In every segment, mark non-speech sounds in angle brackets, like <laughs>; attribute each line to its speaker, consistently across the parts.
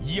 Speaker 1: 以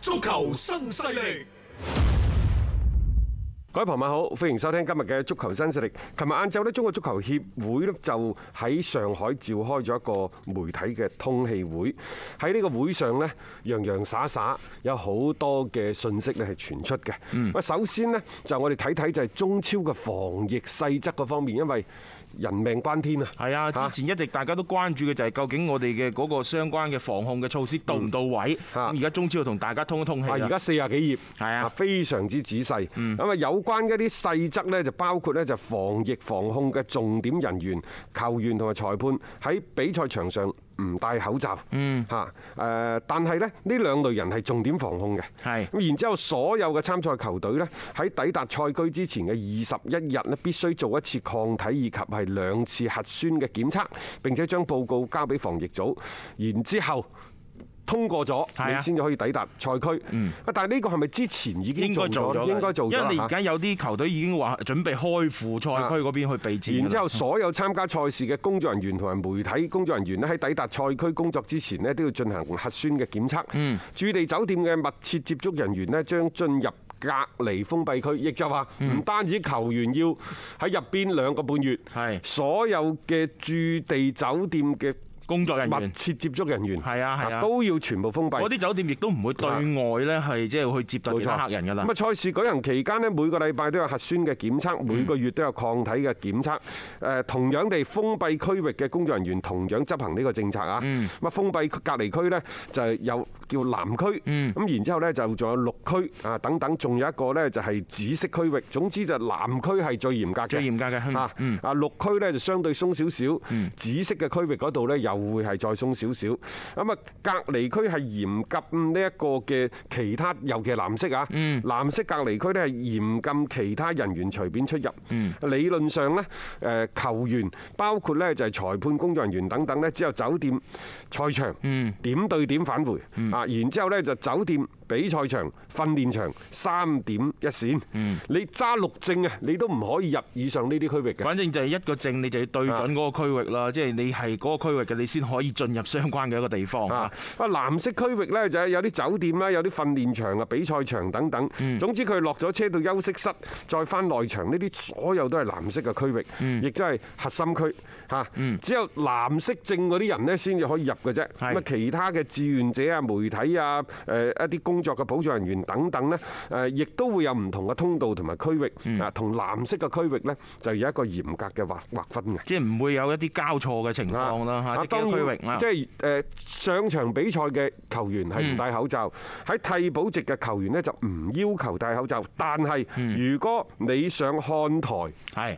Speaker 1: 足球新勢力，
Speaker 2: 各位朋友好，歡迎收聽今日嘅足球新勢力。琴日晏晝呢，中國足球協會呢就喺上海召開咗一個媒體嘅通氣會。喺呢個會上呢，洋洋灑灑有好多嘅信息呢係傳出嘅。咁首先呢，就我哋睇睇就係中超嘅防疫細則嗰方面，因為人命關天啊。
Speaker 3: 係啊，
Speaker 2: 嚇
Speaker 3: 之前一直大家都關注嘅就係究竟我哋嘅嗰個相關嘅防控嘅措施到唔到位？
Speaker 2: 嚇
Speaker 3: 咁而家中超同大家通一通氣
Speaker 2: 啊！
Speaker 3: 啦
Speaker 2: 而家四廿幾頁，
Speaker 3: 係啊
Speaker 2: 非常之仔細。咁啊，有關一啲細則呢，就包括呢就防疫防控嘅重點人員、球員同埋裁判喺比賽場上唔戴口罩。嗯，嚇誒，但係呢，呢兩類人係重點防控嘅。
Speaker 3: 係
Speaker 2: 咁然之後，所有嘅參賽球隊呢，喺抵達賽區之前嘅二十一日呢，必須做一次抗體以及係兩次核酸嘅檢測，並且將報告交俾防疫組。然之後。通過咗，
Speaker 3: 係啊嗯
Speaker 2: 你先至可以抵達賽區。啊，但係呢個係咪之前已經
Speaker 3: 應該做
Speaker 2: 咗？
Speaker 3: 咗嘅，
Speaker 2: 應該做咗
Speaker 3: 因
Speaker 2: 啦
Speaker 3: 為你
Speaker 2: 嚇
Speaker 3: 而家有啲球隊已經話準備開赴賽區嗰邊去備戰㗎啦。
Speaker 2: 然之後，所有參加賽事嘅工作人員同埋媒體工作人員咧，喺抵達賽區工作之前咧，都要進行核酸嘅檢測。嗯，駐地酒店嘅密切接觸人員咧，將進入隔離封閉區，亦就話
Speaker 3: 嗯
Speaker 2: 唔單止球員要喺入邊兩個半月，
Speaker 3: 係
Speaker 2: 所有嘅駐地酒店嘅
Speaker 3: 工作人
Speaker 2: 密
Speaker 3: 員
Speaker 2: 切接觸人員
Speaker 3: 係啊係啊
Speaker 2: 都要全部封閉
Speaker 3: 嗰。啲酒店亦都唔會對外咧係即係去接待
Speaker 2: 冇
Speaker 3: 其他
Speaker 2: 錯
Speaker 3: 客人㗎啦。
Speaker 2: 咁啊，賽事舉行期間呢，每個禮拜都有核酸嘅檢測，每個月都有抗體嘅檢測。誒，同樣地，封閉區域嘅工作人員同樣執行呢個政策啊。
Speaker 3: 嗯
Speaker 2: 咁啊，封閉隔離區呢，就係有叫南區，
Speaker 3: 嗯
Speaker 2: 咁然之後呢，就仲有綠區啊等等，仲有一個呢，就係紫色區域。總之就南區係最嚴格嘅，
Speaker 3: 最嚴格嘅嗯
Speaker 2: 啊
Speaker 3: 嗯
Speaker 2: 啊綠區呢就相對鬆少少，紫色嘅區域嗰度呢又會係再鬆少少。咁啊，隔離區係嚴禁呢一個嘅其他，尤其係藍色啊，藍色隔離區呢係嚴禁其他人員隨便出入。理論上呢，誒球員包括呢就係裁判、工作人員等等呢，只有酒店、賽場點對點返回啊，然之後呢，就酒店。比賽場、訓練場三點一線，你揸綠證啊，你都唔可以入以上呢啲區域嘅。
Speaker 3: 反正就係一個證，你就要對準嗰個區域啦，即係你係嗰個區域嘅，你先可以進入相關嘅一個地方。
Speaker 2: 啊！啊，藍色區域呢，就係有啲酒店啦，有啲訓練場啊、比賽場等等。總之佢落咗車到休息室，再翻內場，呢啲所有都係藍色嘅區域，亦都係核心區嚇。只有藍色證嗰啲人呢，先至可以入嘅啫。
Speaker 3: 係
Speaker 2: 咁啊，其他嘅志願者啊、媒體啊、誒一啲工作嘅保障人員等等呢，誒亦都會有唔同嘅通道同埋區域啊，同藍色嘅區域呢，就有一個嚴格嘅劃劃分嘅。
Speaker 3: 即係唔會有一啲交錯嘅情況啦嗯嚇，即係
Speaker 2: 啊當
Speaker 3: 幾個
Speaker 2: 然
Speaker 3: 區域啊
Speaker 2: 即係誒上場比賽嘅球員係唔戴口罩，喺替補席嘅球員呢就唔要求戴口罩，但係
Speaker 3: 嗯
Speaker 2: 如果你上看台
Speaker 3: 係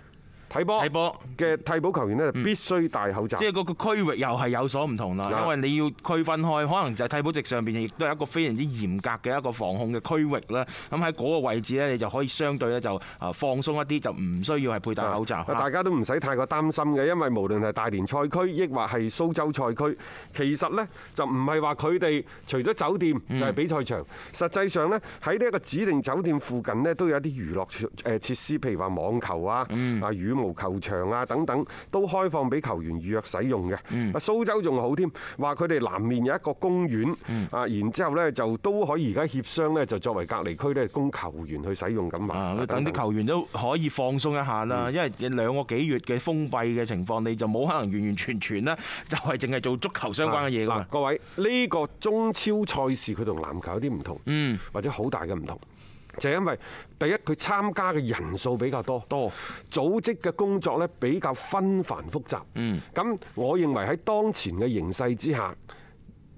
Speaker 2: 睇波
Speaker 3: 睇波。嗯
Speaker 2: 嘅替補球員呢，就必須戴口罩
Speaker 3: 即。係嗰個區域又係有所唔同啦，因
Speaker 2: 啊
Speaker 3: 為你要區分開，可能就係替補席上邊亦都有一個非常之嚴格嘅一個防控嘅區域啦。咁喺嗰個位置呢，你就可以相對呢就啊放鬆一啲，就唔需要係佩戴口罩。
Speaker 2: 啊
Speaker 3: 啊
Speaker 2: 大家都唔使太過擔心嘅，因為無論係大連賽區，抑或係蘇州賽區，其實呢就唔係話佢哋除咗酒店
Speaker 3: 嗯
Speaker 2: 就係比賽場，實際上呢，喺呢一個指定酒店附近呢，都有一啲娛樂設誒設施，譬如話網球啊、
Speaker 3: 嗯
Speaker 2: 啊羽毛球場啊等等，都開放俾球員預約使用嘅。
Speaker 3: 嗯
Speaker 2: 啊蘇州仲好添，話佢哋南面有一個公園
Speaker 3: 嗯
Speaker 2: 啊，然之後呢就都可以而家協商呢，就作為隔離區呢，供球員去使用咁
Speaker 3: 啊
Speaker 2: 話。
Speaker 3: 等啲球員都可以放鬆一下
Speaker 2: 嗯
Speaker 3: 啦，因為兩個幾月嘅封閉嘅情況，你就冇可能完完全全呢，就係淨係做足球相關嘅嘢㗎
Speaker 2: 啊嗱
Speaker 3: 嘛，。
Speaker 2: 各位呢、個中超賽事佢同籃球有啲唔同，嗯，或者好大嘅唔同。就係因為第一佢參加嘅人數比較多，多組織嘅工作呢比較紛繁複雜。嗯，咁我認為喺當前嘅形勢之下。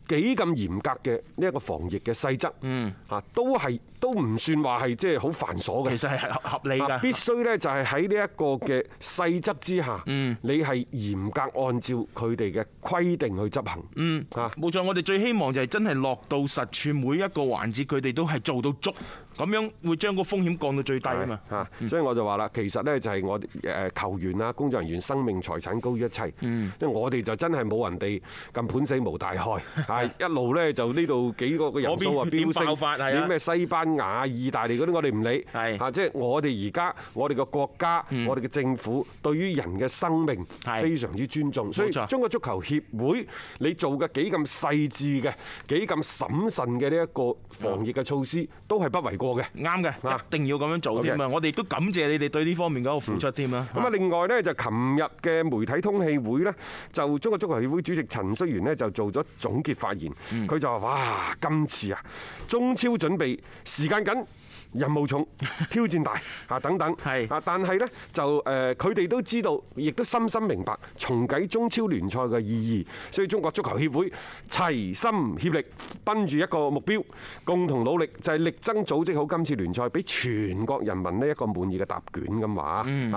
Speaker 2: 幾咁嚴格嘅呢一個防疫嘅細則，嗯，啊，都係都唔算話係即係好繁瑣嘅
Speaker 3: 其，實係合合理
Speaker 2: 啊必
Speaker 3: 㗎。
Speaker 2: 須呢就係喺呢一個嘅細則之下，
Speaker 3: 嗯
Speaker 2: 你係嚴格按照佢哋嘅規定去執行，嗯啊。
Speaker 3: 冇錯，我哋最希望就係真係落到實處，每一個環節佢哋都係做到足，咁樣會將個風險降到最低啊嘛。
Speaker 2: 啊，所以我就話啦，其實呢就係我哋誒球員啊、工作人員生命財產高於一切，
Speaker 3: 嗯
Speaker 2: 因為我哋就真係冇人哋咁盤死無大害， <laughs> 啊一路呢就呢度幾個嘅人數啊
Speaker 3: 嗰邊點
Speaker 2: 飆升
Speaker 3: 爆發係啊
Speaker 2: 啲咩西班牙、意大利嗰啲我哋唔理，
Speaker 3: 係嗯
Speaker 2: 啊即係我哋而家我哋嘅國家、我哋嘅政府對於人嘅生命
Speaker 3: 係
Speaker 2: 非常之尊重，所以
Speaker 3: 冇錯
Speaker 2: 中國足球協會你做嘅幾咁細緻嘅、幾咁審慎嘅呢一個防疫嘅措施，都係不為過嘅。
Speaker 3: 啱嘅
Speaker 2: 啊，
Speaker 3: 一定要咁樣做添啊！我哋都感謝你哋對呢方面嗰個付出添啊。
Speaker 2: 咁啊，另外呢，就琴日嘅媒體通氣會呢，就中國足球協會主席陳戌源呢，就做咗總結發言，佢就話：哇，今次啊，中超準備時間緊。任務重，挑戰大啊等等，
Speaker 3: 係
Speaker 2: 啊，但係呢，就誒，佢哋都知道，亦都深深明白重啟中超聯賽嘅意義，所以中國足球協會齊心協力，奔住一個目標，共同努力，就係力爭組織好今次聯賽，俾全國人民呢一個滿意嘅答卷咁話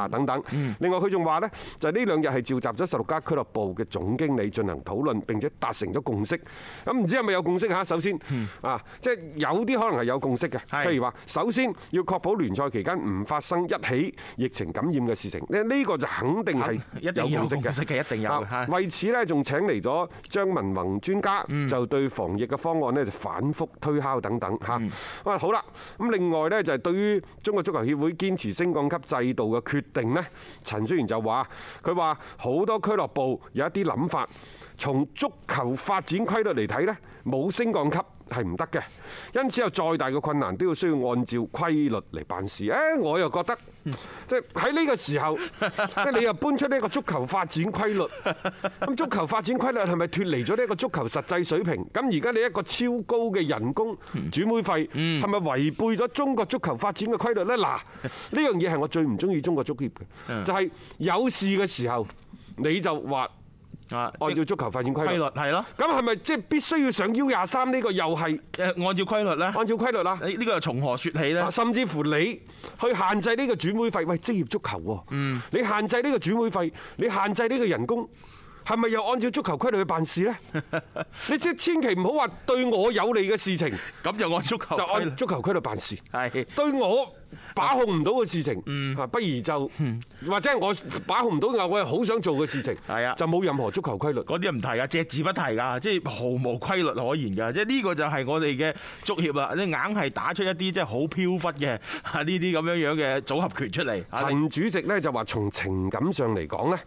Speaker 2: 啊等等。另外佢仲話呢，就係呢兩日係召集咗十六家俱樂部嘅總經理進行討論，並且達成咗共識。咁唔知係咪有共識嚇？首先啊，即係有啲可能係有共識嘅，
Speaker 3: 係
Speaker 2: 譬如話首先要確保聯賽期間唔發生一起疫情感染嘅事情，呢呢個就肯定係
Speaker 3: 一定有
Speaker 2: 有共識
Speaker 3: 共識嘅，一定有嘅
Speaker 2: 啊
Speaker 3: 嚇
Speaker 2: 為此呢，仲請嚟咗張文宏專家，就對防疫嘅方案呢，就反覆推敲等等嚇。啊好啦，咁另外呢，就係對於中國足球協會堅持升降級制度嘅決定呢，陳戌源就話：佢話好多俱樂部有一啲諗法，從足球發展規律嚟睇呢，冇升降級。係唔得嘅，因此有再大嘅困難都要需要按照規律嚟辦事。誒，我又覺得即係喺呢個時候，即係你又搬出呢一個足球發展規律，咁足球發展規律係咪脱離咗呢一個足球實際水平？咁而家你一個超高嘅人工轉會費，係咪違背咗中國足球發展嘅規律呢？嗱，呢樣嘢係我最唔中意中國足協嘅，就係有事嘅時候你就話
Speaker 3: 啊，
Speaker 2: 按照足球發展規
Speaker 3: 規律
Speaker 2: 律，
Speaker 3: 係咯，
Speaker 2: 咁係咪即係必須要上 U 廿三呢個又
Speaker 3: 哎
Speaker 2: 係
Speaker 3: 誒按照規律咧，
Speaker 2: 按照規律啦？
Speaker 3: 呢呢個又從何説起咧
Speaker 2: 啊？甚至乎你去限制呢個轉會費，喂，職業足球喎，
Speaker 3: 嗯
Speaker 2: 你限制呢個轉會費，你限制呢個人工。係咪又按照足球規律去辦
Speaker 3: <laughs>
Speaker 2: 事呢？你即係千祈唔好話對我有利嘅事情
Speaker 3: 咁就按足球
Speaker 2: 就
Speaker 3: 哦規律啊
Speaker 2: 按足球規律辦事，
Speaker 3: 係
Speaker 2: 對我把控唔到嘅事
Speaker 3: 嗯
Speaker 2: 情，啊，不如就或者係我把控唔到嘅，我係好想做嘅事情，
Speaker 3: 係啊
Speaker 2: 就冇任何足球規律。
Speaker 3: 嗰啲唔提噶，隻字不提噶，即係毫無規律可言噶。即係呢個就係我哋嘅足協啦，你硬係打出一啲即係好飄忽嘅啊呢啲咁樣樣嘅組合拳出嚟。啊
Speaker 2: 陳主席呢就話從情感上嚟講呢，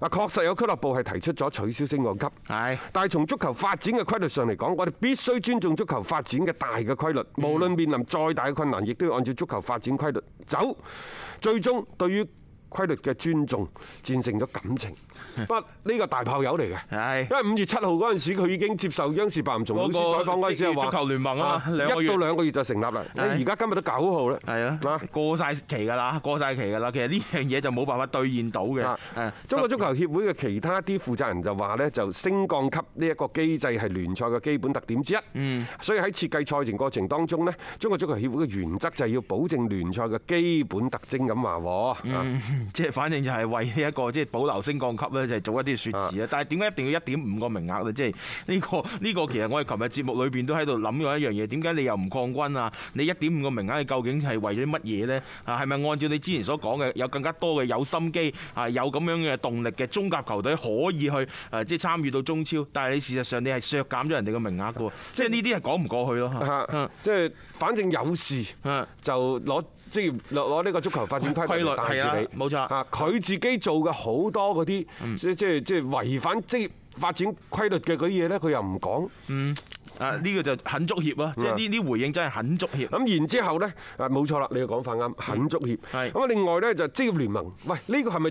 Speaker 2: 啊確實有俱樂部係提出咗取消升降級，
Speaker 3: 係
Speaker 2: 但係從足球發展嘅規律上嚟講，我哋必須尊重足球發展嘅大嘅規律，
Speaker 3: 嗯
Speaker 2: 無論面臨再大嘅困難，亦都要按照足球發展規律走。最終對於規律嘅尊重戰勝咗感
Speaker 3: <laughs>
Speaker 2: 情。不過呢個大炮友嚟嘅。
Speaker 3: 係
Speaker 2: 因為五月七號嗰陣時，佢已經接受央視白岩松老師採訪嗰陣時就話，
Speaker 3: 嗰個職業足球聯盟啊兩個
Speaker 2: 一
Speaker 3: 月
Speaker 2: 到兩個月就成立啦。而家今日都九號啦，
Speaker 3: 係啊，過晒期㗎啦，過晒期㗎啦。其實呢樣嘢就冇辦法兌現到嘅
Speaker 2: 啊。
Speaker 3: 誒
Speaker 2: 中國足球協會嘅其他啲負責人就話呢，就升降級呢一個機制係聯賽嘅基本特點之一。嗯，所以喺設計賽程過程當中呢，中國足球協會嘅原則就係要保證聯賽嘅基本特徵咁話喎。啊
Speaker 3: 即係反正就係為呢一個即係保留升降級咧，就係做一啲説辭啊！但係點解一定要一點五個名額咧？即係呢個呢個其實我哋琴日節目裏邊都喺度諗咗一樣嘢，點解你又唔擴軍啊？你一點五個名額，你究竟係為咗乜嘢呢？啊，係咪按照你之前所講嘅有更加多嘅有心機啊，有咁樣嘅動力嘅中甲球隊可以去誒即係參與到中超？但係你事實上你係削減咗人哋嘅名額嘅喎，即係呢啲係講唔過去咯
Speaker 2: <laughs> 啊即係反正有事
Speaker 3: 嗯
Speaker 2: 就攞即係攞攞呢個足球發展規
Speaker 3: 規律
Speaker 2: 律嚟
Speaker 3: 係啊
Speaker 2: 帶住你，
Speaker 3: 冇錯
Speaker 2: 啊，嗯佢自己做嘅好多嗰啲即即係即係違反職業發展規律嘅嗰啲嘢呢，佢又唔講。
Speaker 3: 啊！
Speaker 2: 嗯
Speaker 3: 呢個就很足協啊！即係呢啲回應真係很足協。
Speaker 2: 咁然之後呢，啊冇錯啦，你嘅講法啱，很足協。
Speaker 3: 係
Speaker 2: 咁啊，另外呢，就職業聯盟，喂，呢個係咪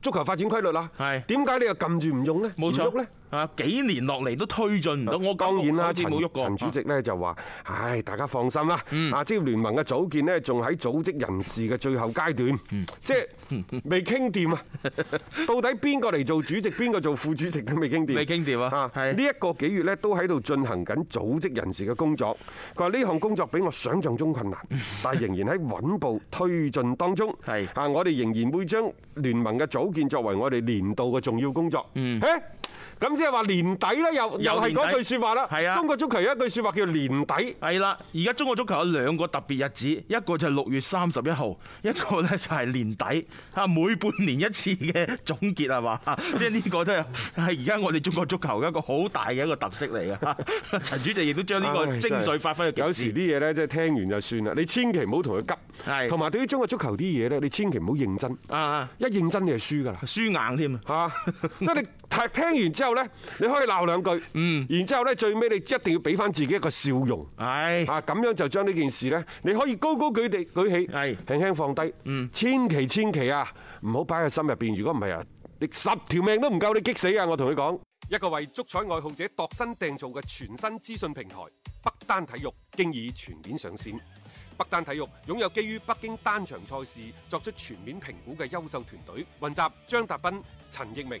Speaker 2: 足球發展規律啦？啊
Speaker 3: 係
Speaker 2: 點解你又撳住唔用呢？
Speaker 3: 冇錯
Speaker 2: 唔喐呢？啊
Speaker 3: 啊幾年落嚟都推進唔到，我
Speaker 2: 當然啦，
Speaker 3: 好似
Speaker 2: 陳
Speaker 3: 冇喐過。啊
Speaker 2: 陳主席呢就話：，唉，大家放心啦，啊，職業聯盟嘅組建呢，仲喺組織人事嘅最後階段，即係未傾掂
Speaker 3: <laughs>
Speaker 2: 啊！到底邊個嚟做主席，邊個做副主席都未傾掂，
Speaker 3: 未傾掂啊係
Speaker 2: 呢一個幾月呢，都喺度進行緊組織人事嘅工作。佢話呢項工作比我想象中困難，但係仍然喺穩步推進當中。
Speaker 3: 係
Speaker 2: 啊，我哋仍然會將聯盟嘅組建作為我哋年度嘅重要工作。嗯，咁即係話年底呢，又又係嗰句説話啦。
Speaker 3: 係啊
Speaker 2: 中國足球有一句説話叫年底。
Speaker 3: 係啦，而家中國足球有兩個特別日子，一個就係六月三十一號， <laughs> 一個呢就係年底啊，每半年一次嘅總結係嘛， <laughs> 即係呢個都係係而家我哋中國足球一個好大嘅一個特色嚟嘅。 <laughs> 陳主席亦都將呢個
Speaker 2: 唉
Speaker 3: 精
Speaker 2: 真係
Speaker 3: 髓發揮到極致。
Speaker 2: 有時啲嘢呢，即係聽完就算啦，你千祈唔好同佢急。
Speaker 3: 係
Speaker 2: 同埋對於中國足球啲嘢呢，你千祈唔好認真。
Speaker 3: 啊啊
Speaker 2: 一認真你就輸㗎啦。
Speaker 3: 輸硬添啊！
Speaker 2: 嚇！即係你聽聽完之後呢，你可以鬧兩句，然之後呢，最尾你一定要俾翻自己一個笑容。
Speaker 3: 唉，
Speaker 2: 啊，咁樣就將呢件事呢，你可以高高舉地舉起，
Speaker 3: 係
Speaker 2: 輕輕放低，千祈千祈啊，唔好擺喺心入邊。如果唔係啊，你十條命都唔夠你激死啊！我同你講，一個為足彩愛好者度身訂造嘅全新資訊平台北單體育，經已全面上線。北單體育擁有基於北京單場賽事作出全面評估嘅優秀團隊，雲集張達斌、陳奕明、